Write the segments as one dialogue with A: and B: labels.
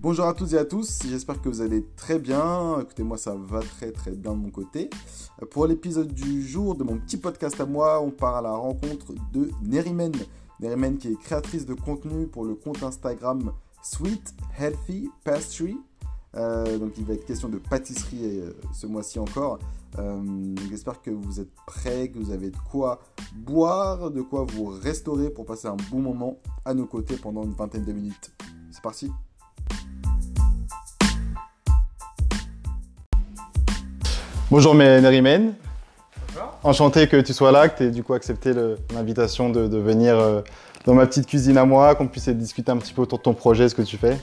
A: Bonjour à toutes et à tous, j'espère que vous allez très bien. Écoutez, moi ça va très très bien de mon côté. Pour l'épisode du jour de mon petit podcast à moi, on part à la rencontre de Nerimen. Nerimen qui est créatrice de contenu pour le compte Instagram Sweet Healthy Pastry. Euh, donc il va être question de pâtisserie euh, ce mois-ci encore. Euh, J'espère que vous êtes prêts, que vous avez de quoi boire, de quoi vous restaurer pour passer un bon moment à nos côtés pendant une vingtaine de minutes. C'est parti Bonjour Nerimen. Enchanté que tu sois là, que tu aies du coup accepté l'invitation de, de, venir euh, dans ma petite cuisine à moi, qu'on puisse discuter un petit peu autour de ton projet, ce que tu fais.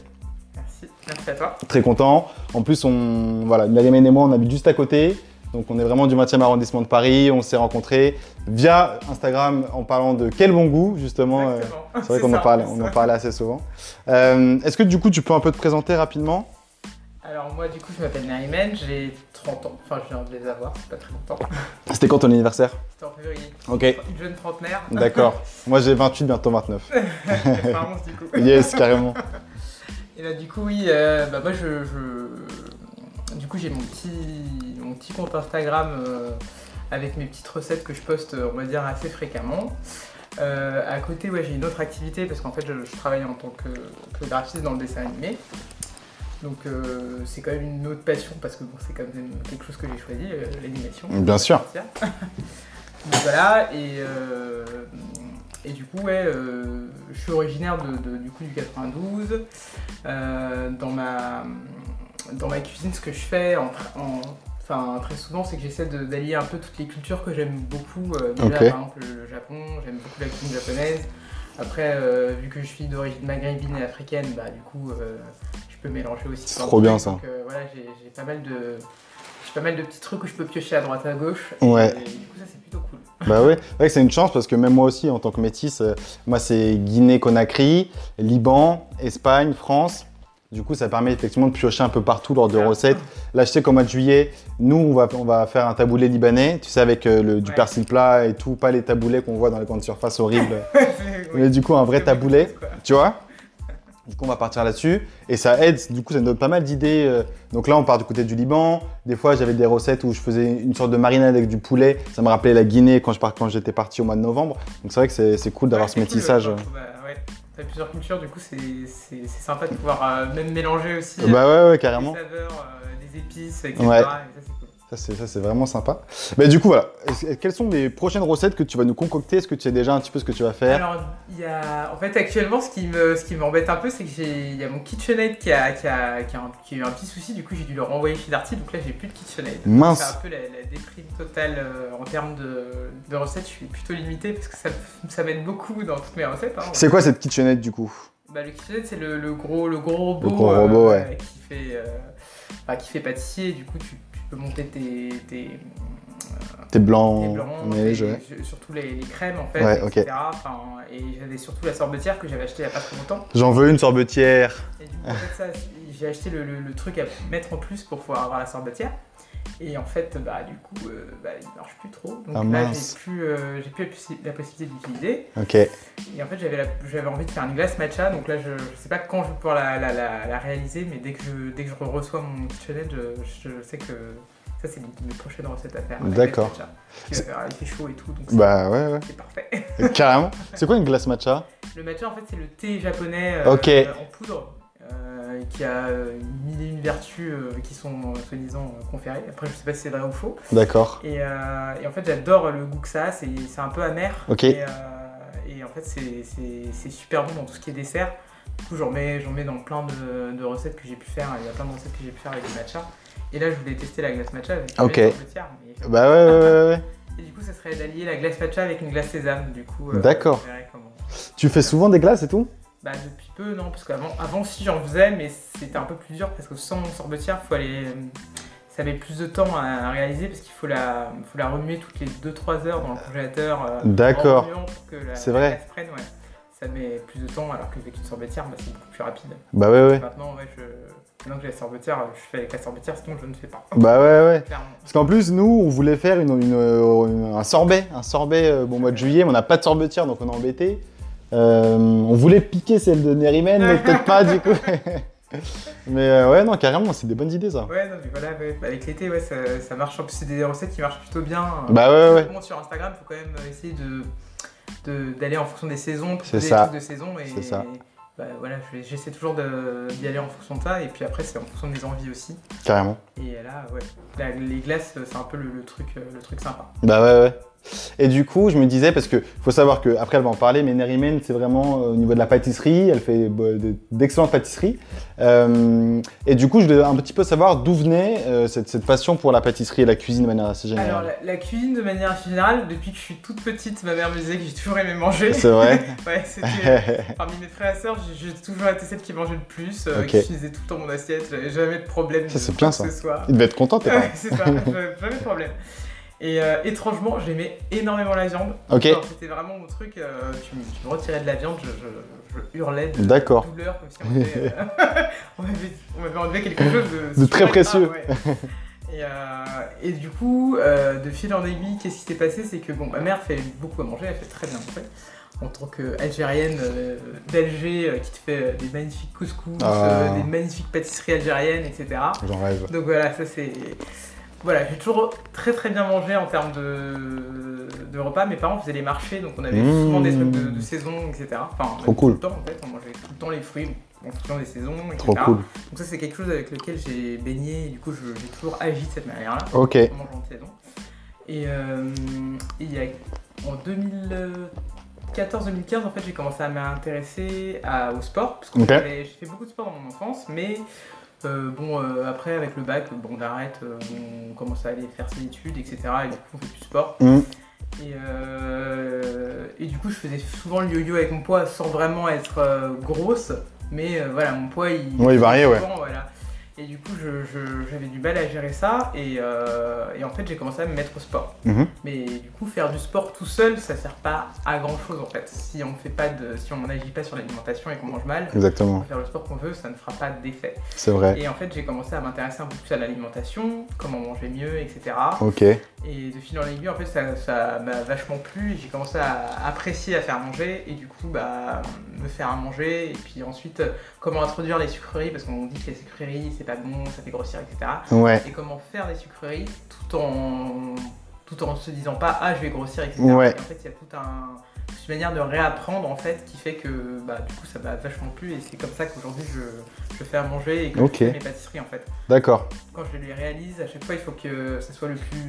B: Merci, merci à toi.
A: Très content. En plus, on, voilà, Nerimen et moi, on habite juste à côté. Donc on est vraiment du 20e arrondissement de Paris, on s'est rencontrés via Instagram en parlant de quel bon goût justement. Euh, c'est vrai qu'on en, parle, on en parlait assez souvent. Euh, Est-ce que du coup tu peux un peu te présenter rapidement
B: Alors moi du coup je m'appelle Narimen, j'ai 30 ans, enfin je viens de les avoir, c'est pas très longtemps.
A: C'était quand ton anniversaire
B: C'était en février.
A: Ok.
B: Une jeune trentenaire.
A: D'accord. moi j'ai 28, bientôt 29.
B: Apparemment du coup.
A: yes, carrément.
B: Et là du coup oui, euh, bah moi je... je... Du coup j'ai mon petit petit compte Instagram euh, avec mes petites recettes que je poste, euh, on va dire, assez fréquemment. Euh, à côté, ouais, j'ai une autre activité parce qu'en fait, je, je, travaille en tant que, que, graphiste dans le dessin animé. Donc, euh, c'est quand même une autre passion parce que bon, c'est quand même quelque chose que j'ai choisi, euh, l'animation.
A: Bien sûr.
B: Donc, voilà, et, euh, et du coup, ouais, euh, je suis originaire de, de, du coup du 92. dans, ma, dans ma cuisine, ce que je fais en, en enfin très souvent, c'est que j'essaie d'allier un peu toutes les cultures que j'aime beaucoup. Euh, déjà, okay. par exemple, le Japon, j'aime beaucoup la cuisine japonaise. Après, euh, vu que je suis d'origine maghrébine et africaine, bah du coup, euh, je peux mélanger aussi.
A: C'est trop bien trucs. ça.
B: Donc euh, voilà, j'ai pas mal de pas mal de petits trucs où je peux piocher à droite à gauche.
A: Ouais.
B: Et, et, du coup, ça c'est plutôt cool.
A: Bah ouais, ouais c'est une chance parce que même moi aussi en tant que métisse, euh, moi c'est Guinée-Conakry, Liban, Espagne, France. Du coup, ça permet effectivement de piocher un peu partout lors de recettes. Là, je sais qu'au mois de juillet, nous, on va, on va faire un taboulé libanais, tu sais, avec euh, le, du
B: ouais.
A: persil plat et tout, pas les taboulés qu'on voit dans les grandes surfaces horribles. Mais oui. du coup, un vrai taboulé, chose, tu vois du coup, on va partir là-dessus. Et ça aide, du coup, ça me donne pas mal d'idées. euh. Donc là, on part du côté du Liban. Des fois, j'avais des recettes où je faisais une sorte de marinade avec du poulet. Ça me rappelait la Guinée quand j'étais par... parti au mois de novembre. Donc c'est vrai que c'est cool d'avoir ouais, ce métissage. Cool,
B: bah, ouais. T'as plusieurs cultures, du coup, c'est sympa de pouvoir euh, même mélanger aussi
A: bah ouais, ouais carrément.
B: des saveurs, euh, des épices, etc. Ouais. Et ça,
A: c'est cool. Ça, c'est vraiment sympa. Mais du coup, voilà. Quelles sont les prochaines recettes que tu vas nous concocter Est-ce que tu sais déjà un petit peu ce que tu vas faire
B: Alors, il y a... en fait, actuellement, ce qui me, ce qui m'embête un peu, c'est que j'ai, il y a mon KitchenAid qui a, qui a, qui a, un... qui a eu un petit souci. Du coup, j'ai dû le renvoyer chez Darty. Donc là, j'ai plus de KitchenAid.
A: Mince.
B: C'est un peu la, la déprime totale euh, en termes de... de, recettes. Je suis plutôt limité parce que ça, ça m'aide beaucoup dans toutes mes recettes. Hein,
A: c'est quoi cette KitchenAid du coup
B: bah, le KitchenAid, c'est le, le, gros, le gros robot,
A: le gros robot
B: euh, ouais. qui fait, euh... enfin, qui fait pâtissier. Du coup, tu peux monter tes. tes,
A: euh, tes blancs,
B: tes blancs neige, ouais. surtout les, les, crèmes en fait,
A: ouais,
B: etc. Okay. Enfin, et j'avais surtout la sorbetière que j'avais achetée il n'y a pas très longtemps.
A: J'en veux une sorbetière.
B: Et du coup, en fait, j'ai acheté le, le, le, truc à mettre en plus pour pouvoir avoir la sorbetière. Et en fait, bah, du coup, euh, bah, il ne marche plus trop. Donc
A: ah,
B: là, j'ai plus, euh, plus, la possibilité d'utiliser.
A: Ok.
B: Et en fait, j'avais envie de faire une glace matcha. Donc là, je ne sais pas quand je vais pouvoir la, la, la, la, réaliser, mais dès que je, dès que je reçois mon KitchenAid, je, je sais que ça, c'est mes prochaines recettes à faire.
A: D'accord.
B: Il fait chaud et tout, donc
A: bah, ouais, ouais.
B: c'est parfait.
A: Carrément. C'est quoi une glace matcha
B: Le matcha, en fait, c'est le thé japonais
A: euh, okay.
B: en poudre euh, qui a mille et une vertus euh, qui sont euh, soi-disant euh, conférées. Après, je sais pas si c'est vrai ou faux.
A: D'accord.
B: Et, euh, et, en fait, j'adore le goût que ça a. C'est un peu amer.
A: Ok.
B: Et, euh, et en fait, c'est super bon dans tout ce qui est dessert. Du coup, j'en mets, mets dans plein de, de recettes que j'ai pu faire. Il y a plein de recettes que j'ai pu faire avec du matcha. Et là, je voulais tester la glace matcha avec
A: Ok.
B: Tiers,
A: mais... Bah ouais, ouais, ouais, ouais.
B: Et du coup, ça serait d'allier la glace matcha avec une glace sésame. Du coup, euh,
A: d'accord.
B: Comment...
A: Tu fais souvent des glaces et tout
B: bah depuis peu non, parce qu'avant avant si j'en faisais mais c'était un peu plus dur parce que sans mon sorbetière faut aller euh, ça met plus de temps à réaliser parce qu'il faut la, faut la remuer toutes les 2-3 heures dans le congélateur. euh,
A: D'accord.
B: C'est
A: vrai.
B: La se prenne, ouais. Ça met plus de temps alors que avec une sorbetière bah, c'est beaucoup plus rapide.
A: Bah ouais ouais.
B: Maintenant ouais je Maintenant que j'ai la sorbetière, je fais avec la sorbetière, sinon je ne fais pas.
A: Bah ouais, ouais. Clairement. Parce qu'en plus, nous, on voulait faire une, une, une, un sorbet, un sorbet euh, bon mois de juillet, mais on n'a pas de sorbetière, donc on est embêté. Euh, on voulait piquer celle de Nerimen, mais peut-être pas du coup. Mais euh, ouais, non, carrément, c'est des bonnes idées ça.
B: Ouais, non, mais voilà, ouais. Bah, avec l'été, ouais, ça, ça marche. En plus, c'est des recettes qui marchent plutôt bien. Euh,
A: Bah ouais, ouais.
B: typiquement, Sur Instagram, faut quand même euh, essayer de de- d'aller en fonction des saisons,
A: C'est
B: proposer des
A: ça.
B: trucs de saison. Et
A: C'est ça.
B: bah, voilà, je- j'essaie toujours de- d'y aller en fonction de ça. Et puis après, c'est en fonction de mes envies aussi.
A: Carrément.
B: Et là, ouais, là, les glaces, c'est un peu le, le truc, euh, le truc sympa.
A: Bah ouais, ouais. Et du coup, je me disais, parce que faut savoir que après elle va en parler, mais Nerimen, c'est vraiment euh, au niveau de la pâtisserie, elle fait bo- de- d'excellentes pâtisseries. Euh, et du coup, je voulais un petit peu savoir d'où venait euh, cette, cette passion pour la pâtisserie et euh, la cuisine de manière assez
B: Alors,
A: générale.
B: la, la cuisine, de manière générale, depuis que je suis toute petite, ma mère me disait que j'ai toujours aimé manger.
A: C'est vrai.
B: ouais, c'était. Parmi mes frères et sœurs, j'ai- j'ai toujours été celle qui mangeait le plus, euh,
A: Ok.
B: qui utilisait tout le temps mon assiette, j'avais jamais de problème.
A: Ça, c'est
B: de
A: bien,
B: quoi que Ce soir.
A: Il devait être content, t'es pas.
B: Ouais, c'est ça, j'avais jamais de problème. Et euh, étrangement, j'aimais énormément la viande.
A: hein. Ok.
B: Alors, C'était vraiment mon truc, euh, tu, me- tu me retirais de la viande, je, je- je hurlais de
A: D'accord.
B: douleur, comme si on m'avait, euh, on m'avait- on m'avait enlevé quelque chose de,
A: De
B: super
A: très précieux.
B: grave, ouais. Et, euh, et du coup, euh, de fil en aiguille, qu'est-ce qui s'est passé C'est que bon, ma mère fait beaucoup à manger, elle fait très bien manger. En tant qu'Algérienne euh, d'Alger euh, qui te fait euh, des magnifiques couscous,
A: Ah.
B: euh, des magnifiques pâtisseries algériennes, etc.
A: J'en rêve.
B: Donc voilà, ça c'est. Voilà, j'ai toujours très très bien mangé en termes de, de repas. Mes parents faisaient les marchés, donc on avait
A: Mmh.
B: souvent des trucs de, de saison, etc. Enfin,
A: Trop
B: on avait
A: cool.
B: tout le temps en fait, on mangeait tout le temps les fruits en fonction des saisons, etc.
A: Trop cool.
B: Donc ça c'est quelque chose avec lequel j'ai baigné et du coup je- j'ai toujours agi de cette manière-là,
A: Ok.
B: en mangeant de saison. Et euh, il y a, en 2014-2015 en fait j'ai commencé à m'intéresser à- au sport, parce que
A: Ok.
B: j'avais- j'ai fait beaucoup de sport dans mon enfance, mais euh, bon euh, après avec le bac, bon, on arrête, euh, on commence à aller faire ses études, etc. Et du coup on fait plus de sport.
A: Mm.
B: Et, euh, et du coup, je faisais souvent le yo-yo avec mon poids sans vraiment être euh, grosse. Mais euh, voilà, mon poids, il,
A: Ouais, il variait, ouais.
B: souvent, voilà. Et du coup, je- je- j'avais du mal à gérer ça. Et, euh, et en fait, j'ai commencé à me mettre au sport.
A: Mhm.
B: Mais du coup, faire du sport tout seul, ça sert pas à grand-chose en fait. Si on fait pas de, si on n'agit pas sur l'alimentation et qu'on mange mal, on
A: Exactement.
B: peut faire le sport qu'on veut, ça ne fera pas d'effet.
A: C'est vrai.
B: Et en fait, j'ai commencé à m'intéresser un peu plus à l'alimentation, comment manger mieux, etc.
A: Ok.
B: Et de fil en aiguille, en fait, ça, ça m'a vachement plu et j'ai commencé à apprécier à faire manger et du coup, bah, me faire à manger. Et puis ensuite, euh, comment introduire les sucreries parce qu'on dit que les sucreries, c'est pas bon, ça fait grossir, etc.
A: Ouais.
B: Et comment faire des sucreries tout en tout en se disant pas ah je vais grossir etc.
A: Ouais.
B: Et en fait il y a tout un toute une manière de réapprendre en fait qui fait que bah du coup ça m'a vachement plu et c'est comme ça qu'aujourd'hui je, je fais à manger et que
A: Ok.
B: je fais mes pâtisseries en fait
A: D'accord.
B: quand je les réalise, à chaque fois, il faut que ce soit le plus,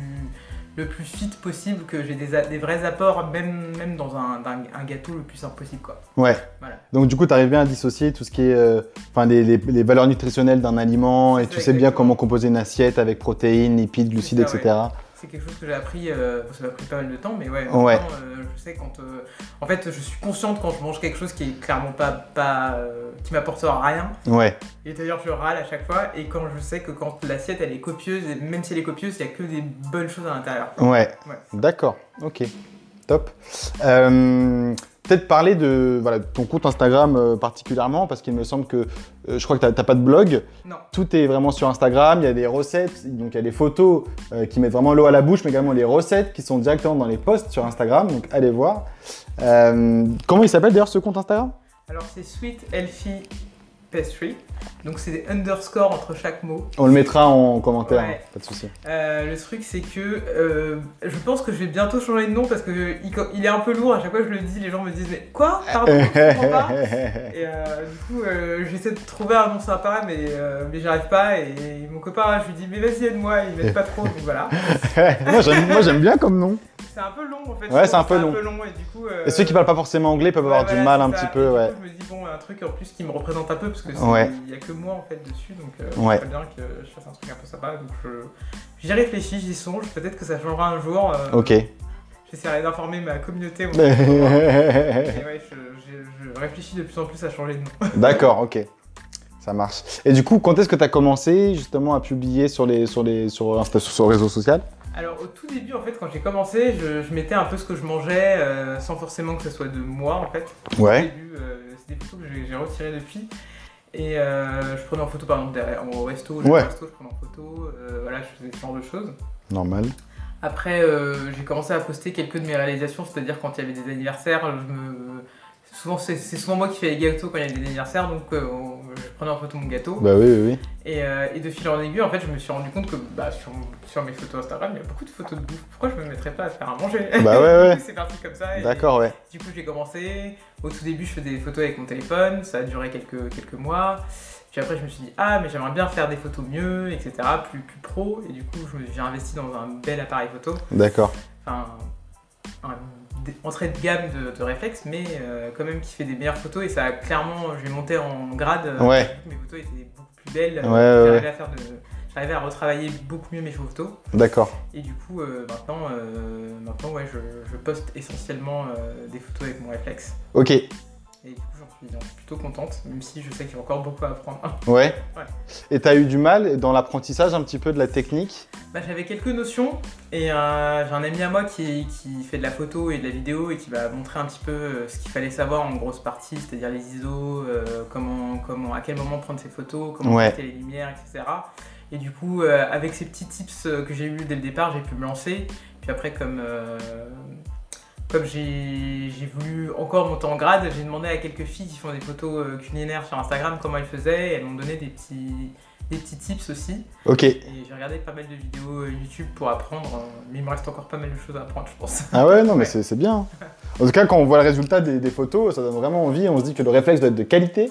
B: le plus fit possible, que j'ai des, a- des vrais apports, même, même dans un, d'un- un gâteau le plus simple possible. Quoi.
A: Ouais.
B: Voilà.
A: Donc du coup, tu arrives bien à dissocier tout ce qui est, euh, enfin, les, les- les valeurs nutritionnelles d'un aliment
B: C'est
A: et
B: ça,
A: tu sais bien
B: exactement.
A: comment composer une assiette avec protéines, lipides, glucides,
B: ça,
A: etc.
B: C'est quelque chose que j'ai appris, euh, bon, ça m'a pris pas mal de temps, mais ouais,
A: Ouais.
B: maintenant, euh, je sais quand. euh, en fait, je suis consciente quand je mange quelque chose qui est clairement pas. pas euh, qui m'apportera rien.
A: Ouais.
B: Et d'ailleurs, je râle à chaque fois, et quand je sais que quand l'assiette elle est copieuse, et même si elle est copieuse, il y a que des bonnes choses à l'intérieur.
A: ouais,
B: Ouais.
A: D'accord. Ok. Top. Euh, Peut-être parler de voilà, ton compte Instagram euh, particulièrement parce qu'il me semble que euh, je crois que tu n'as pas de blog.
B: Non.
A: Tout est vraiment sur Instagram. Il y a des recettes, donc il y a des photos euh, qui mettent vraiment l'eau à la bouche, mais également les recettes qui sont directement dans les posts sur Instagram. Donc allez voir. Euh, comment il s'appelle d'ailleurs ce compte Instagram
B: Alors, c'est Sweet Healthy Pastry, donc c'est des underscores entre chaque mot.
A: On le mettra en commentaire,
B: Ouais.
A: hein, pas de souci.
B: Euh, le truc c'est que euh, je pense que je vais bientôt changer de nom parce que je- il, il est un peu lourd à chaque fois que je le dis les gens me disent mais quoi pardon je comprends pas et euh, du coup euh, j'essaie de trouver un nom sympa mais, euh, mais j'arrive pas et mon copain je lui dis mais vas-y aide-moi il m'aide pas trop donc voilà
A: moi j'aime moi, j'aime bien comme nom.
B: c'est un peu long en fait je
A: Ouais, c'est
B: trouve
A: un
B: que
A: peu long.
B: et du coup euh,
A: Et ceux qui parlent pas forcément anglais peuvent
B: ouais,
A: avoir
B: voilà,
A: du mal
B: c'est
A: un petit
B: ça. Et
A: peu,
B: du
A: ouais.
B: coup, je me dis bon un truc en plus qui me représente un peu parce que c'est- il
A: Ouais.
B: y a que moi en fait dessus donc euh,
A: Ouais.
B: c'est bien que je fasse un truc un peu sympa donc je- j'y réfléchis j'y songe peut-être que ça changera un jour euh,
A: Ok.
B: J'essaierai d'informer ma communauté. moi.
A: D'accord,
B: Mais ouais, je, je- je réfléchis de plus en plus à changer de nom.
A: ok. Ça marche. Et du coup, quand est-ce que tu as commencé justement à publier sur les sur les sur Insta- sur, sur le réseau social
B: Alors au tout début, en fait, quand j'ai commencé, je, je mettais un peu ce que je mangeais, euh, sans forcément que ce soit de moi, en fait. Au
A: Ouais.
B: début, euh, c'est des photos que j'ai- j'ai retirées depuis. Et euh, je prenais en photo, par exemple, derrière- en resto, j'allais
A: Ouais.
B: au resto, je prenais en photo, euh, voilà, je faisais ce genre de choses.
A: Normal.
B: Après, euh, j'ai commencé à poster quelques de mes réalisations, c'est-à-dire quand il y avait des anniversaires, je me... souvent c'est c'est souvent moi qui fais les gâteaux quand il y a des anniversaires, donc euh, on- je prenais en photo mon gâteau.
A: Bah oui, oui, oui.
B: Et, euh, et de fil en aiguille, en fait, je me suis rendu compte que bah, sur, sur mes photos Instagram, il y a beaucoup de photos de bouffe. Pourquoi je me mettrais pas à faire à manger
A: Bah ouais, ouais.
B: C'est parti comme ça. et-
A: D'accord, ouais.
B: du coup, j'ai commencé. Au tout début, je faisais des photos avec mon téléphone. Ça a duré quelques, quelques mois. Puis après, je me suis dit, ah, mais j'aimerais bien faire des photos mieux, etc., plus, plus pro. Et du coup, je me- j'ai investi dans un bel appareil photo.
A: D'accord.
B: Enfin, un dé- entrée de gamme de, de réflexe, mais euh, quand même qui fait des meilleures photos. Et ça a clairement, j'ai monté en grade. euh,
A: Ouais.
B: Mes photos étaient beaucoup plus belles.
A: Ouais, ouais,
B: J'arrivais à faire de. J'arrivais à retravailler beaucoup mieux mes photos.
A: D'accord.
B: Et du coup, euh, maintenant, euh, maintenant ouais, je, je poste essentiellement euh, des photos avec mon réflexe.
A: Ok.
B: Et du coup, j'en suis, j'en suis plutôt contente, même si je sais qu'il y a encore beaucoup à apprendre.
A: Ouais.
B: Ouais.
A: Et t'as eu du mal dans l'apprentissage un petit peu de la technique
B: Bah, j'avais quelques notions et euh, j'ai un ami à moi qui, qui fait de la photo et de la vidéo et qui m'a montré un petit peu euh, ce qu'il fallait savoir en grosse partie, c'est-à-dire les ISO, euh, comment, comment, à quel moment prendre ses photos, comment
A: Ouais.
B: traiter les lumières, etc. Et du coup, euh, avec ces petits tips euh, que j'ai eu dès le départ, j'ai pu me lancer. Puis après, comme, euh, comme j'ai j'ai voulu encore monter en grade, j'ai demandé à quelques filles qui font des photos euh, culinaires sur Instagram comment elles faisaient. Et elles m'ont donné des petits, des petits tips aussi.
A: Ok.
B: Et j'ai regardé pas mal de vidéos euh, YouTube pour apprendre, euh, mais il me reste encore pas mal de choses à apprendre, je pense.
A: Ah ouais, non, mais
B: Ouais.
A: c'est- c'est bien. En tout cas, quand on voit le résultat des, des photos, ça donne vraiment envie. On se dit que le réflexe doit être de qualité.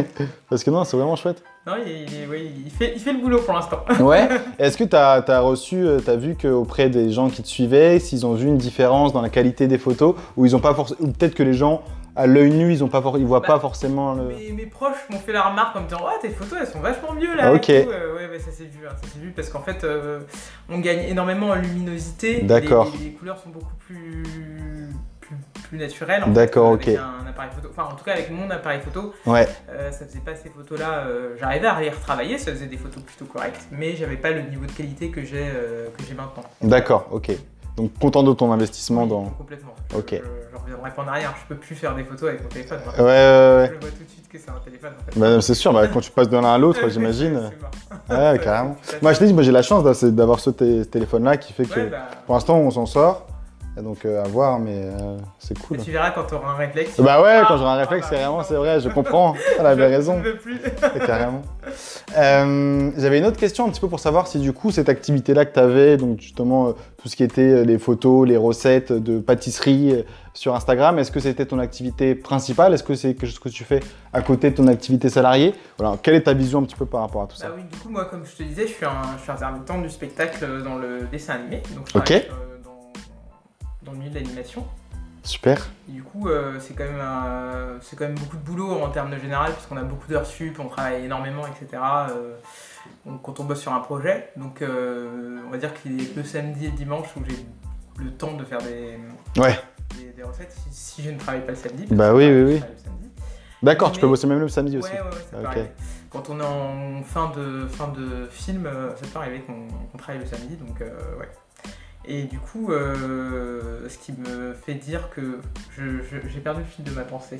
A: Parce que non, c'est vraiment chouette.
B: Non, il, est- il est- ouais, il fait, il fait le boulot pour l'instant.
A: Ouais. Est-ce que t'as as reçu, euh, t'as vu qu'auprès des gens qui te suivaient, s'ils ont vu une différence dans la qualité des photos, ou ils ont pas forcément, ou peut-être que les gens à l'œil nu, ils ont pas, for- ils voient
B: Bah,
A: pas forcément le.
B: Mes, mes proches m'ont fait la remarque en me disant Ah, tes photos elles sont vachement mieux là.
A: Ah, Ok.
B: et tout. Euh, ouais, ouais, ça s'est vu, hein, ça s'est vu parce qu'en fait euh, on gagne énormément en luminosité.
A: D'accord.
B: Les, les couleurs sont beaucoup plus, plus, plus naturelles. en fait,
A: D'accord,
B: avec
A: ok.
B: un appareil photo. Enfin, en tout cas, avec mon appareil photo,
A: Ouais.
B: euh, ça faisait pas ces photos là. J'arrivais à les retravailler, ça faisait des photos plutôt correctes, mais j'avais pas le niveau de qualité que j'ai euh, que j'ai maintenant.
A: D'accord. Ok. Donc content de ton investissement
B: Oui,
A: dans.
B: Complètement.
A: Ok.
B: Je, je reviendrai pas en arrière, je peux plus faire des photos avec mon téléphone.
A: Ouais, ouais, ouais.
B: Je vois tout de suite que c'est un téléphone en fait.
A: Bah, non, c'est sûr. bah, quand tu passes de l'un à l'autre, j'imagine.
B: C'est mort.
A: Ouais, carrément. Moi, je te dis, moi, j'ai la chance d'a- c'est d'avoir ce té- téléphone-là qui fait que
B: Ouais, bah,
A: pour l'instant, on s'en sort. Et donc, euh, à voir, mais euh, c'est cool.
B: mais tu verras quand tu auras un réflexe.
A: Bah ouais, quand
B: Ah,
A: j'aurai un
B: ah,
A: réflexe,
B: bah,
A: c'est vraiment,
B: non.
A: c'est vrai, je comprends. Elle
B: Je-
A: avait
B: Je
A: raison,
B: ne veux plus.
A: carrément. Euh, J'avais une autre question un petit peu pour savoir si du coup cette activité-là que tu avais, donc justement euh, tout ce qui était euh, les photos, les recettes de pâtisserie euh, sur Instagram, est-ce que c'était ton activité principale Est-ce que c'est quelque chose que tu fais à côté de ton activité salariée Voilà, quelle est ta vision un petit peu par rapport à tout ça
B: Bah oui, du coup, moi, comme je te disais, je suis un, je suis intermittent du spectacle euh, dans le dessin animé. Donc, je
A: Ok.
B: travaille, euh, dans, dans le milieu de l'animation.
A: Super.
B: Et Du coup, euh, c'est quand, même, euh, c'est quand même beaucoup de boulot en termes de général, parce qu'on a beaucoup d'heures sup, on travaille énormément, etc. euh, on- quand on bosse sur un projet. Donc, euh, on va dire qu'il est que le samedi et le dimanche où j'ai le temps de faire des,
A: Ouais.
B: des, des recettes, si, si je ne travaille pas le samedi. parce
A: Bah
B: que
A: oui,
B: je
A: oui,
B: travaille-
A: oui.
B: je travaille le samedi.
A: D'accord, tu peux
B: Mais-
A: bosser même le samedi aussi.
B: Ouais, ouais, ouais, ça peut
A: Ok.
B: arriver. Quand on est en fin de, fin de film, euh, ça peut arriver qu'on qu'on travaille le samedi, donc euh, ouais. Et du coup, euh, ce qui me fait dire que je- je- j'ai perdu le fil de ma pensée.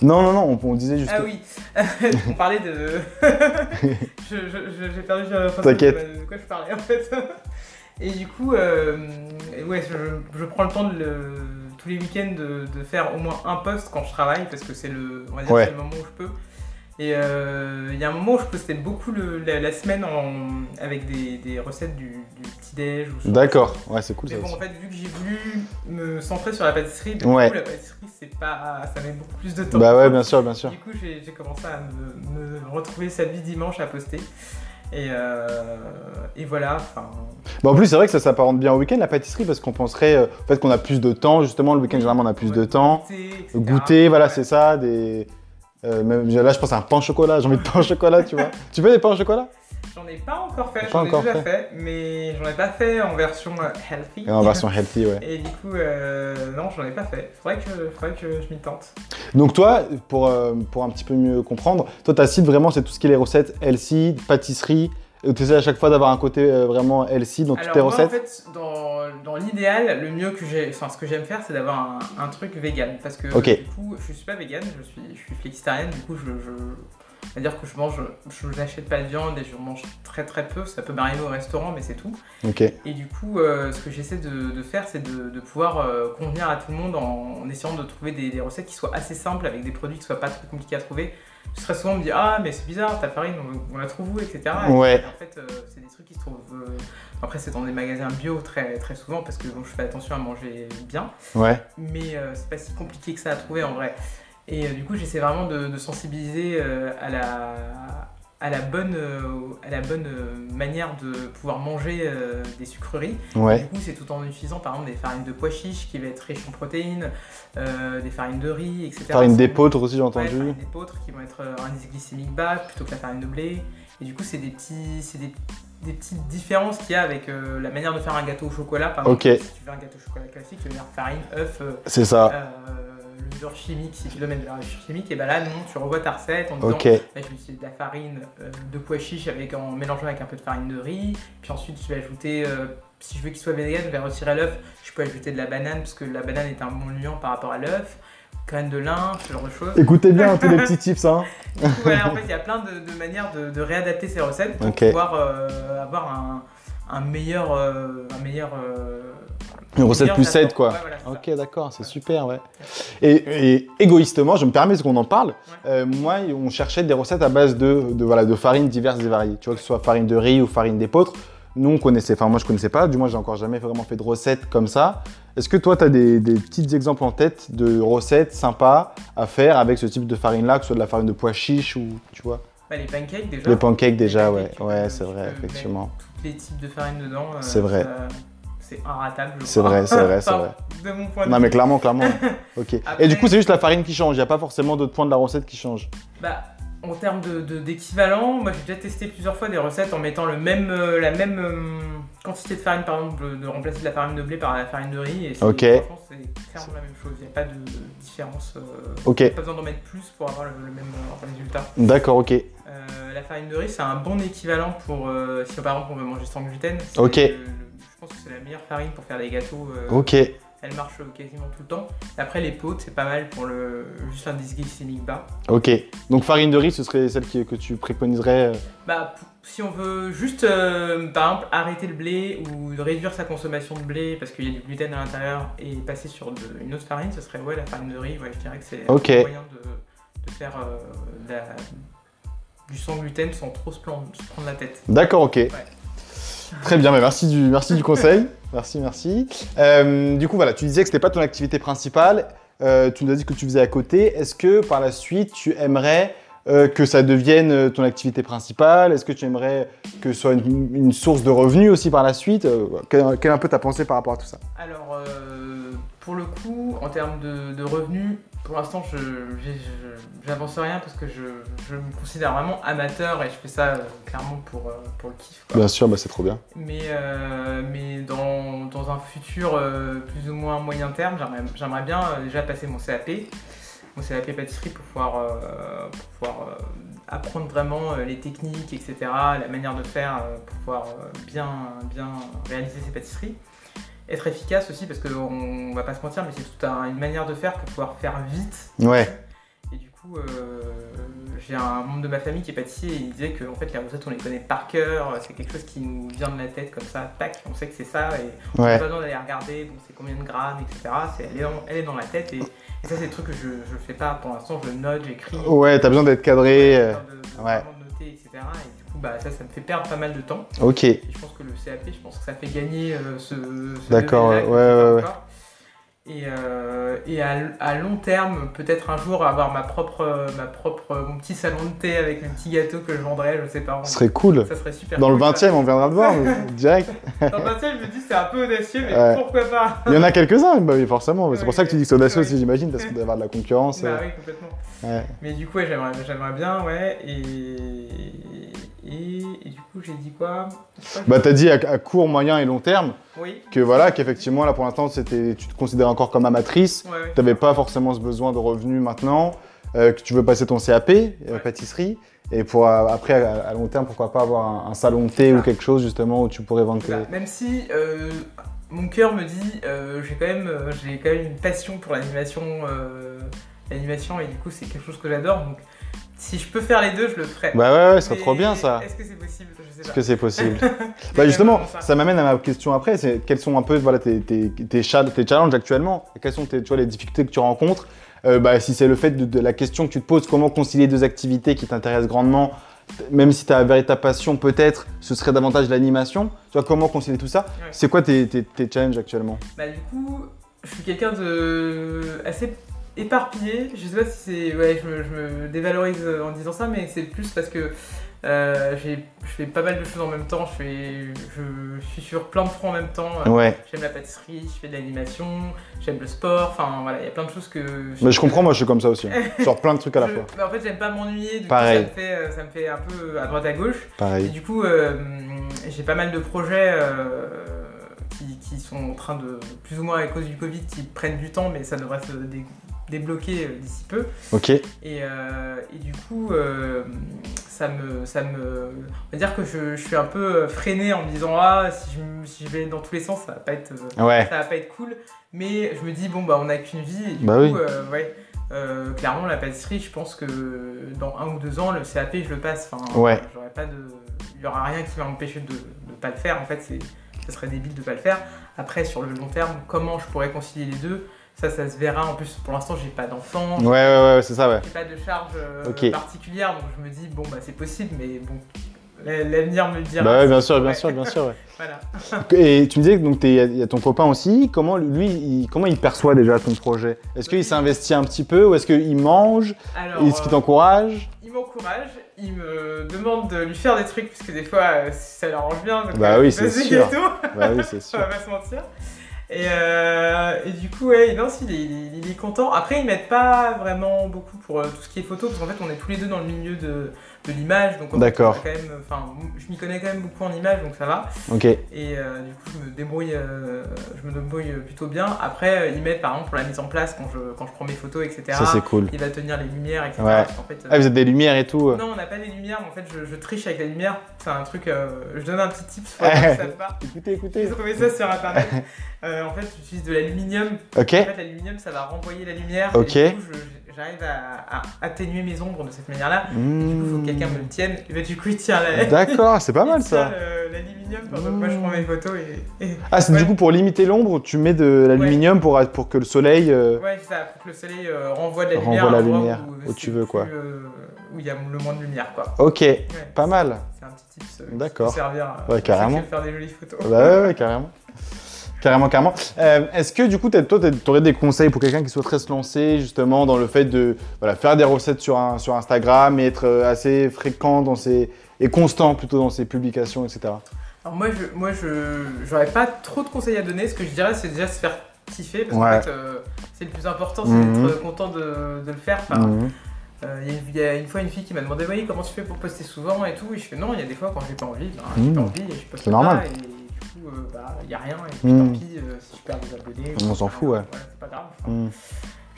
A: Non, non, non, on, on disait juste.
B: Ah oui, on parlait de. Je- je- je- J'ai perdu euh, enfin,
A: T'inquiète.
B: de quoi je parlais en fait. Et du coup, euh, et ouais, je, je prends le temps de le- tous les week-ends de, de faire au moins un post quand je travaille parce que c'est le, on va dire
A: Ouais.
B: c'est le moment où je peux. Et euh, il y a un moment où je postais beaucoup le- la, la semaine en- avec des, des recettes du, du petit-déj ou ce genre de
A: D'accord, ouais, c'est cool ça
B: mais bon,
A: aussi.
B: en fait, vu que j'ai voulu me centrer sur la pâtisserie, du
A: Ouais.
B: coup, la pâtisserie, c'est pas, ça met beaucoup plus de temps.
A: Bah ouais, bien sûr, bien sûr.
B: Du coup, j'ai j'ai commencé à me, me retrouver samedi, dimanche à poster. Et, euh, et voilà, enfin.
A: Bah, en plus, c'est vrai que ça s'apparente bien au week-end, la pâtisserie, parce qu'on penserait euh, en fait, qu'on a plus de temps, justement, le week-end, généralement, on a plus de temps.
B: Goûter, etc.
A: Goûter, voilà,
B: Ouais.
A: c'est ça, des... euh, même, là, je pense à un pain au chocolat, j'ai envie de pain au chocolat, tu vois. Tu fais des pains au chocolat
B: J'en ai pas encore
A: Pas
B: fait, j'en ai
A: encore
B: déjà fait. mais j'en ai pas fait en version euh, healthy.
A: Et En version healthy, ouais.
B: Et du coup, euh, non, j'en ai pas fait. Faudrait que, faudrait que je m'y tente.
A: Donc toi, pour, euh, pour un petit peu mieux comprendre, toi, ta cible, vraiment, c'est tout ce qui est les recettes healthy, pâtisserie. Euh, Tu essaies à chaque fois d'avoir un côté euh, vraiment healthy dans toutes
B: Alors,
A: tes
B: moi,
A: recettes
B: en fait, dans, dans l'idéal, le mieux que j'ai, enfin, ce que j'aime faire, c'est d'avoir un, un truc vegan. Parce que
A: Ok.
B: du coup, je suis pas vegan, je suis, je suis flexitarien, du coup, je, je, C'est-à-dire que je mange, je n'achète pas de viande et je mange très très peu. Ça peut m'arriver au restaurant, mais c'est tout.
A: Ok.
B: Et du coup, euh, ce que j'essaie de, de faire, c'est de, de pouvoir euh, convenir à tout le monde en, en essayant de trouver des, des recettes qui soient assez simples, avec des produits qui soient pas trop compliqués à trouver. Parce que Très souvent, on me dit Ah, mais c'est bizarre, ta farine, on, on la trouve où, etc. Et
A: Ouais.
B: en fait, euh, c'est des trucs qui se trouvent. euh, Après, c'est dans des magasins bio très, très souvent, parce que bon, je fais attention à manger bien
A: Ouais.
B: mais euh, c'est pas si compliqué que ça à trouver en vrai. Et euh, du coup, j'essaie vraiment de, de sensibiliser euh, à, la, à la bonne, euh, à la bonne euh, manière de pouvoir manger euh, des sucreries. Du
A: Ouais.
B: coup, c'est tout en utilisant par exemple des farines de pois chiches qui va être riches en protéines, euh, des farines de riz, etc.
A: Farine
B: C'est-
A: d'épeautre aussi, j'ai
B: Ouais, farine
A: entendu.
B: d'épeautre qui vont être euh, un indice glycémique bas plutôt que la farine de blé. Et du coup, c'est des, petits, c'est des, des petites différences qu'il y a avec euh, la manière de faire un gâteau au chocolat. Par exemple,
A: Ok.
B: si tu fais un gâteau au chocolat classique, tu vas faire farine, œuf, euh,
A: C'est ça.
B: euh, levure chimique, si tu le mets de la levure chimique, et ben là, non, tu revois ta recette en disant
A: Ok.
B: là, tu utilises de la farine euh, de pois chiche avec, en mélangeant avec un peu de farine de riz, puis ensuite tu vas ajouter, euh, si je veux qu'il soit vegan, je vais retirer l'œuf, je peux ajouter de la banane parce que la banane est un bon liant par rapport à l'œuf, graines de lin, ce genre de choses.
A: Écoutez bien tous les petits tips, hein.
B: Du coup, voilà, en fait, il y a plein de, de manières de, de réadapter ces recettes pour
A: Ok.
B: pouvoir euh, avoir un, un meilleur. euh, un meilleur euh,
A: Une recette
B: meilleur
A: plus
B: apport.
A: saine, quoi.
B: Ouais, voilà, c'est ça.
A: Ok, d'accord, c'est super, ouais. Et, et égoïstement, je me permets, parce qu'on en parle, euh, moi, on cherchait des recettes à base de, de, voilà, de farines diverses et variées. Tu vois, que ce soit farine de riz ou farine d'épeautre. Nous, on connaissait, enfin, moi, je connaissais pas, du moins, j'ai encore jamais vraiment fait de recettes comme ça. Est-ce que toi, tu as des, des petits exemples en tête de recettes sympas à faire avec ce type de farine-là, que ce soit de la farine de pois chiche ou, tu vois,
B: Bah, les pancakes déjà.
A: les pancakes déjà,
B: Les
A: ouais,
B: pancakes, euh, tu peux-
A: ouais, c'est
B: tu
A: vrai,
B: peux
A: effectivement.
B: Tous les types de farine dedans. euh,
A: C'est vrai.
B: ça- C'est inratable. je
A: C'est
B: crois.
A: vrai, c'est vrai, c'est
B: Enfin,
A: vrai.
B: De mon point de
A: Non,
B: vue.
A: mais clairement, clairement. Ok. Et
B: Après-
A: du coup, c'est juste la farine qui change, il n'y a pas forcément d'autres points de la recette qui changent.
B: Bah, en termes de- de- d'équivalent, moi j'ai déjà testé plusieurs fois des recettes en mettant le même, euh, la même euh, quantité de farine, par exemple, de- de remplacer de la farine de blé par la farine de riz. Et c'est-
A: Ok.
B: franchement, c'est clairement la même chose. Il n'y a pas de différence. euh,
A: Ok.
B: Pas besoin d'en mettre plus pour avoir le, le même euh, résultat.
A: D'accord, ok.
B: Euh, la farine de riz, c'est un bon équivalent pour euh, si par exemple on veut manger sans gluten. C'est euh,
A: Ok.
B: le- le- je pense que c'est la meilleure farine pour faire des gâteaux. euh,
A: Ok,
B: Elle marche quasiment tout le temps. Et après, les potes, c'est pas mal pour le juste l'indice glycémique bas.
A: ok. Donc farine de riz, ce serait celle qui- que tu préconiserais. euh,
B: Bah, p- si on veut juste, euh, par exemple, arrêter le blé ou de réduire sa consommation de blé parce qu'il y a du gluten à l'intérieur et passer sur de- une autre farine, ce serait ouais, la farine de riz. Ouais, je dirais que c'est
A: Ok.
B: un moyen de, de faire euh, de la- du sans gluten sans trop se plan- se prendre la tête.
A: D'accord, ok. Très bien, bah merci du, merci du conseil. Merci, merci. Euh, du coup, voilà, tu disais que c'était pas ton activité principale. euh, tu nous as dit que tu faisais à côté. Est-ce que par la suite, tu aimerais euh, que ça devienne euh, ton activité principale Est-ce que tu aimerais que ce soit une, une source de revenus aussi par la suite Euh, quelle, quelle est un peu ta pensée par rapport à tout ça
B: Alors, euh, pour le coup, en termes de, de revenus, pour l'instant, je j'ai- je- j'avance rien parce que je, je me considère vraiment amateur et je fais ça euh, clairement pour, euh, pour le kiff. quoi.
A: Bien sûr, bah, c'est trop bien.
B: Mais, euh, mais dans, dans un futur euh, plus ou moins moyen terme, j'aimerais- j'aimerais bien euh, déjà passer mon CAP, mon CAP pâtisserie pour pouvoir, euh, pour pouvoir euh, apprendre vraiment euh, les techniques, etc., la manière de faire, euh, pour pouvoir euh, bien, bien réaliser ses pâtisseries. Être efficace aussi, parce qu'on va pas se mentir, mais c'est toute un- une manière de faire pour pouvoir faire vite
A: Ouais,
B: et du coup, euh, j'ai un membre de ma famille qui est pâtissier et il disait que en fait, les recettes, on les connaît par cœur, c'est quelque chose qui nous vient de la tête comme ça, tac, on sait que c'est ça et on n'a
A: ouais.
B: pas besoin d'aller regarder, bon, c'est combien de grammes, etc. C'est- elle, est dans, elle est dans la tête et, et ça, c'est des trucs que je ne fais pas pour l'instant, je note, j'écris.
A: Ouais, t'as besoin d'être cadré. euh,
B: de, de
A: ouais.
B: vraiment noter, etc. Et du coup, bah, ça, ça me fait perdre pas mal de temps.
A: Ok.
B: Et je pense que le CAP, je pense que ça fait gagner euh, ce. ce
A: D'accord,
B: level-là,
A: ouais,
B: quelque
A: ouais,
B: part
A: ouais.
B: encore. Et, euh, et à, à long terme, peut-être un jour avoir ma propre, euh, ma propre, euh, mon petit salon de thé avec mes petits gâteaux que je vendrais, je sais pas.
A: Ce serait cool.
B: Ça serait super.
A: Dans le
B: cool, ça.
A: 20e, on viendra le voir, mais- direct.
B: Dans le 20e, je me dis c'est un peu audacieux, mais
A: Ouais.
B: pourquoi pas
A: Il y en a quelques-uns, bah oui, forcément. C'est pour ça que tu dis que c'est audacieux
B: Ouais.
A: aussi, j'imagine, parce qu'il doit y avoir de la concurrence.
B: Bah
A: euh,
B: oui, complètement.
A: ouais.
B: Mais du coup, ouais, j'aimerais, j'aimerais bien, ouais. Et, et, et du coup, j'ai dit quoi Je crois que-
A: Bah, t'as dit à, à court, moyen et long terme
B: Oui.
A: que voilà, qu'effectivement, là pour l'instant, c'était, tu te considères encore comme amatrice,
B: Ouais, ouais.
A: t'avais pas forcément ce besoin de revenus maintenant, euh, que tu veux passer ton CAP, euh,
B: Ouais.
A: pâtisserie, et pour euh, après, à, à long terme, pourquoi pas avoir un, un salon de thé
B: Ah.
A: ou quelque chose justement où tu pourrais vendre tes.
B: Voilà. Même si euh, mon cœur me dit, euh, j'ai quand même, euh, j'ai quand même une passion pour l'animation, euh, l'animation et du coup c'est quelque chose que j'adore. Donc Si je peux faire les deux, je le ferai.
A: Bah ouais, ouais, ça serait
B: Mais
A: trop bien ça.
B: Est-ce que c'est possible Je sais
A: Est-ce
B: pas.
A: que c'est possible
B: C'est
A: Bah justement,
B: vraiment ça.
A: ça m'amène à ma question après, c'est quels sont un peu voilà, tes, tes, tes, cha- tes challenges actuellement Quelles sont tes, tu vois, les difficultés que tu rencontres Euh, bah, Si c'est le fait de, de la question que tu te poses, comment concilier deux activités qui t'intéressent grandement, t- même si ta véritable passion peut-être, ce serait davantage l'animation, tu vois, comment concilier tout ça
B: Ouais.
A: C'est quoi tes, tes, tes challenges actuellement
B: Bah du coup, je suis quelqu'un de assez éparpillé. Je sais pas si c'est, ouais, je me, je me dévalorise en disant ça, mais c'est plus parce que euh, j'ai- je fais pas mal de choses en même temps. Je fais, je suis sur plein de fronts en même temps. euh,
A: Ouais,
B: J'aime la pâtisserie, je fais de l'animation, j'aime le sport. Enfin voilà, il y a plein de choses que.
A: mais je comprends, moi je suis comme ça aussi, genre plein de trucs à la
B: Je-
A: fois,
B: mais en fait, j'aime pas m'ennuyer, donc ça
A: Pareil.
B: me, fait, euh, ça me fait un peu à droite à gauche. Et
A: pareil.
B: du coup, euh, j'ai pas mal de projets euh, qui, qui sont en train de, plus ou moins à cause du Covid, qui prennent du temps, mais ça devrait se dé- débloquer euh, d'ici peu.
A: Ok,
B: Et, euh, et du coup, euh, ça me, ça me. On va dire que je, je suis un peu freiné en me disant Ah, si je, me- si je vais dans tous les sens, ça va pas être. euh,
A: ouais,
B: ça va pas être cool. Mais je me dis, bon, bah, on n'a qu'une vie. Et du
A: Bah
B: coup,
A: oui.
B: euh, ouais, euh, clairement, la pâtisserie, je pense que dans un ou deux ans, le CAP, je le passe. Enfin,
A: Ouais.
B: j'aurais pas de... Il n'y aura rien qui va m'empêcher de ne pas le faire. En fait, c'est... ça serait débile de pas le faire. Après, sur le long terme, comment je pourrais concilier les deux Ça, ça se verra. En plus, pour l'instant, j'ai pas d'enfant.
A: ouais, ouais, ouais, c'est ça, ouais.
B: J'ai pas de charge euh,
A: Ok.
B: particulière. Donc, je me dis, bon, bah, c'est possible, mais bon, l'avenir me le dira.
A: Bah ouais, bien sûr, bien
B: Ouais.
A: sûr, bien sûr, ouais.
B: Voilà.
A: Et tu me disais que donc t'es- il y a- il y a ton copain aussi. Comment lui, il, comment il perçoit déjà ton projet Est-ce qu'il s'investit un petit peu ou est-ce qu'il mange
B: Alors,
A: Est-ce qu'il
B: euh,
A: t'encourage
B: Il m'encourage, il me demande de lui faire des trucs, parce que des fois euh, ça l'arrange bien. donc,
A: Bah
B: euh,
A: oui, c'est
B: vas-y
A: sûr.
B: et tout,
A: Bah oui, c'est
B: on
A: sûr.
B: va pas se mentir. Et, euh, et du coup, ouais, non, si, il, est- il est- il est content. Après, ils m'aident pas vraiment beaucoup pour euh, tout ce qui est photo, parce qu'en fait, on est tous les deux dans le milieu de, de l'image. donc en fait,
A: D'accord.
B: on a quand même- enfin, Je m'y connais quand même beaucoup en image, donc ça va.
A: Ok.
B: Et euh, du coup, je me débrouille, euh, je me débrouille plutôt bien. Après, euh, ils m'aident par exemple pour la mise en place quand je, quand je prends mes photos, etc.
A: Ça c'est cool.
B: Il va tenir les lumières, etc.
A: Ouais.
B: En fait, euh,
A: Ah, vous êtes des lumières et tout. euh.
B: non, on n'a pas les lumières, mais en fait, je, je triche avec la lumière. C'est un truc. euh, je donne un petit tip pour les gens qui savent pas.
A: Écoutez,
B: J'ai
A: écoutez.
B: trouvé ça sur internet. Euh, en fait, j'utilise de l'aluminium.
A: Ok.
B: En fait, l'aluminium, ça va renvoyer la lumière.
A: Ok.
B: Et du coup, je- j'arrive à, à atténuer mes ombres de cette manière-là. Du coup, faut que quelqu'un me le tienne. Et ben, du coup, il tient la.
A: Hmm. D'accord, c'est pas
B: il
A: mal
B: tient,
A: ça.
B: euh, L'aluminium pendant que moi je prends mes photos et. et-
A: Ah, c'est du coup pour limiter l'ombre, tu mets de l'aluminium pour, pour que le soleil. euh,
B: Ouais, c'est ça, pour que le soleil euh, renvoie de la
A: Renvoie
B: lumière. à
A: la
B: un endroit
A: lumière où
B: c'est
A: tu veux, quoi.
B: plus, euh, où il y a le moins de lumière, quoi.
A: Ok,
B: Ouais.
A: pas mal.
B: C'est un petit tips euh, qui
A: D'accord.
B: peut servir à
A: Ouais, carrément.
B: faire des jolies photos.
A: Bah ouais, ouais, carrément. Carrément, carrément. Euh, Est-ce que du coup, t'as- toi, tu aurais des conseils pour quelqu'un qui souhaiterait se lancer justement dans le fait de voilà, faire des recettes sur, un, sur Instagram et être euh, assez fréquent dans ses, et constant plutôt dans ses publications, etc.
B: Alors moi, je, moi, je, j'aurais pas trop de conseils à donner. Ce que je dirais, c'est déjà se faire kiffer parce
A: Ouais.
B: qu'en fait, euh, c'est le plus important, c'est
A: Mhm.
B: d'être content de, de le faire. Enfin,
A: Mhm.
B: euh, il y a une- il y, a une fois une fille qui m'a demandé, oui, comment tu fais pour poster souvent et tout. Et je fais non, il y a des fois quand j'ai pas envie, ben, j'ai
A: Mhm.
B: pas envie et je
A: C'est
B: poste pas.
A: normal.
B: Et du coup, euh, bah, il y a rien. Et puis
A: Mhm.
B: tant pis euh, si je perds des abonnés.
A: On
B: ou-
A: s'en fout, ouais.
B: Voilà, c'est pas grave. Enfin,
A: Mhm.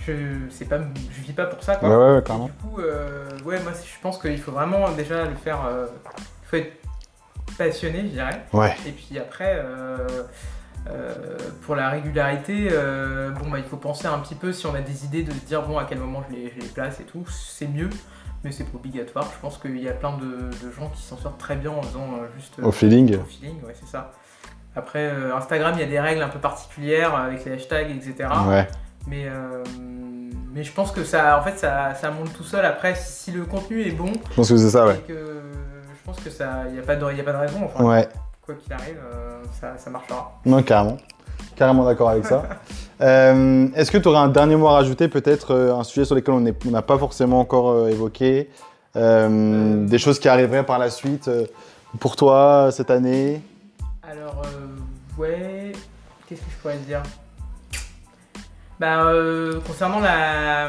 B: je, c'est pas, je vis pas pour ça, quoi.
A: Ouais, ouais, ouais,
B: Et
A: carrément.
B: Du coup, euh, ouais, moi je pense qu'il faut vraiment déjà le faire. euh, Il faut être passionné, je dirais.
A: Ouais.
B: Et puis après, euh, euh, pour la régularité, euh, bon, bah, il faut penser un petit peu si on a des idées de se dire bon à quel moment je les, je les place et tout, c'est mieux, mais c'est pas obligatoire. Je pense qu'il y a plein de, de gens qui s'en sortent très bien en faisant euh, juste euh,
A: Au feeling.
B: au feeling, ouais, c'est ça. Après, euh, Instagram, il y a des règles un peu particulières avec les hashtags, etc.
A: Ouais.
B: Mais, euh, mais je pense que ça, en fait, ça, ça monte tout seul. Après, si le contenu est bon,
A: Je pense que c'est ça, ouais.
B: et que je pense que ça, il n'y a, pas de- y a pas de raison. Enfin,
A: Ouais.
B: Quoi qu'il arrive, euh, ça, ça marchera.
A: Non, carrément. Carrément d'accord avec ça. Euh, Est-ce que tu aurais un dernier mot à rajouter, peut-être euh, un sujet sur lequel on est- on n'a pas forcément encore euh, évoqué, euh,
B: Euh.
A: des choses qui arriveraient par la suite euh, pour toi euh, cette année
B: Alors, euh, ouais, qu'est-ce que je pourrais dire bah, euh, concernant la,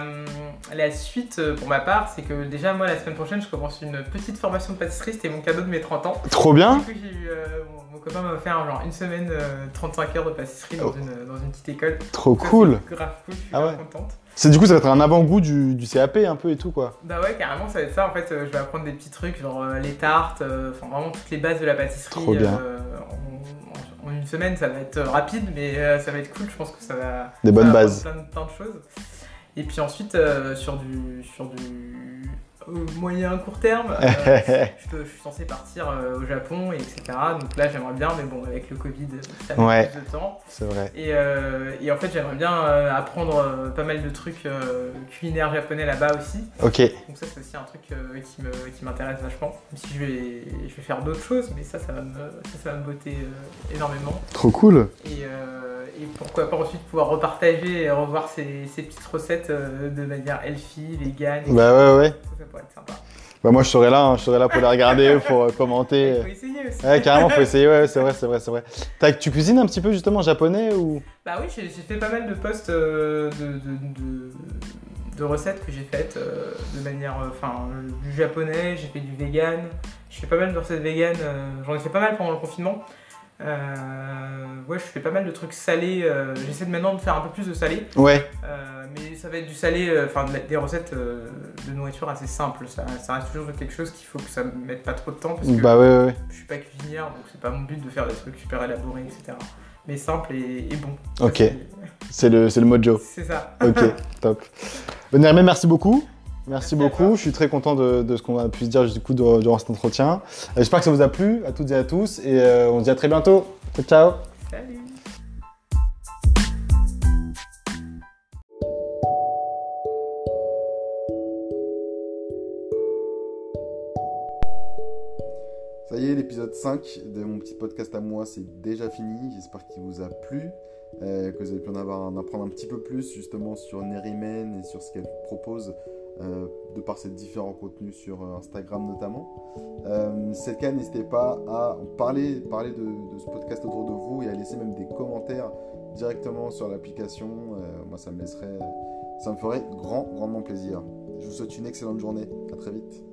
B: la suite, euh, pour ma part, c'est que déjà, moi, la semaine prochaine, je commence une petite formation de pâtisserie. C'était mon cadeau de mes 30 ans.
A: Trop bien
B: du coup, j'ai eu, euh, mon, mon copain m'a offert genre une semaine, euh, 35 heures de pâtisserie dans,
A: Oh.
B: une, dans une petite école.
A: Trop
B: Ça,
A: cool
B: c'est Grave cool, je suis
A: Ah
B: grave
A: ouais.
B: contente.
A: C'est du coup, ça va être un avant-goût du, du CAP un peu et tout quoi.
B: Bah ouais, carrément, ça va être ça. En fait, euh, je vais apprendre des petits trucs, genre euh, les tartes, euh, enfin vraiment toutes les bases de la pâtisserie.
A: Trop bien.
B: euh, en, en- en une semaine, ça va être euh, rapide, mais euh, ça va être cool. Je pense que ça va.
A: Des
B: ça
A: bonnes
B: va apprendre
A: bases.
B: Plein de, plein de choses. Et puis ensuite, euh, sur du. Sur du moyen court terme. Euh, je, peux- je suis censé partir euh, au Japon, et etc. Donc là, j'aimerais bien, mais bon, avec le Covid, ça met
A: Ouais.
B: plus de temps.
A: C'est vrai.
B: Et, euh, et en fait, j'aimerais bien euh, apprendre euh, pas mal de trucs euh, culinaires japonais là-bas aussi.
A: Ok.
B: Donc ça, c'est aussi un truc euh, qui me- qui m'intéresse vachement. Même si je vais, je vais faire d'autres choses, mais ça, ça va me, ça, ça va me botter euh, énormément.
A: Trop cool.
B: Et, euh, et pourquoi pas ensuite pouvoir repartager et revoir ces, ces petites recettes euh, de manière healthy, vegan. etc.
A: Bah ouais, ouais.
B: Ça, ça pourrait être sympa.
A: Bah moi je serais là, hein, je serais là pour les regarder, pour euh, commenter.
B: Il
A: euh.
B: faut essayer aussi.
A: Ouais, carrément, faut essayer. Ouais, ouais, c'est vrai, c'est vrai, c'est vrai. T'as- tu cuisines un petit peu justement japonais ou
B: Bah oui, j'ai j'ai fait pas mal de posts euh, de, de- de- de recettes que j'ai faites euh, de manière. euh, Enfin, du japonais, j'ai fait du vegan. Je fais pas mal de recettes vegan. euh, J'en ai fait pas mal pendant le confinement. Euh, ouais, je fais pas mal de trucs salés. euh, J'essaie de maintenant de faire un peu plus de salé.
A: Ouais.
B: Euh, mais ça va être du salé, euh, enfin de la- des recettes euh, de nourriture assez simples. Ça, ça reste toujours quelque chose qu'il faut que ça me mette pas trop de temps parce que
A: Bah ouais, ouais, ouais.
B: je suis pas cuisinière donc c'est pas mon but de faire des trucs super élaborés, etc. Mais simple et, et bon. Ça,
A: Ok.
B: c'est-
A: C'est le, c'est le mojo.
B: C'est ça.
A: Ok, top. Bon, Nermé, merci beaucoup. Merci
B: Merci à
A: beaucoup.
B: toi.
A: Je suis très content de, de ce qu'on a pu se dire du coup durant durant cet entretien. Euh, J'espère que ça vous a plu à toutes et à tous et euh, on se dit à très bientôt. Ciao, ciao.
B: Salut.
C: Ça y est, l'épisode 5 de mon petit podcast à moi, c'est déjà fini. J'espère qu'il vous a plu, euh, que vous avez pu en, avoir, en apprendre un petit peu plus justement sur Nerimen et sur ce qu'elle propose euh, de par ses différents contenus sur euh, Instagram notamment. Euh, si c'est le cas, n'hésitez pas à en parler, parler de, de ce podcast autour de vous et à laisser même des commentaires directement sur l'application. Euh, moi, ça me laisserait, ça me ferait grand, grandement plaisir. Je vous souhaite une excellente journée. À très vite.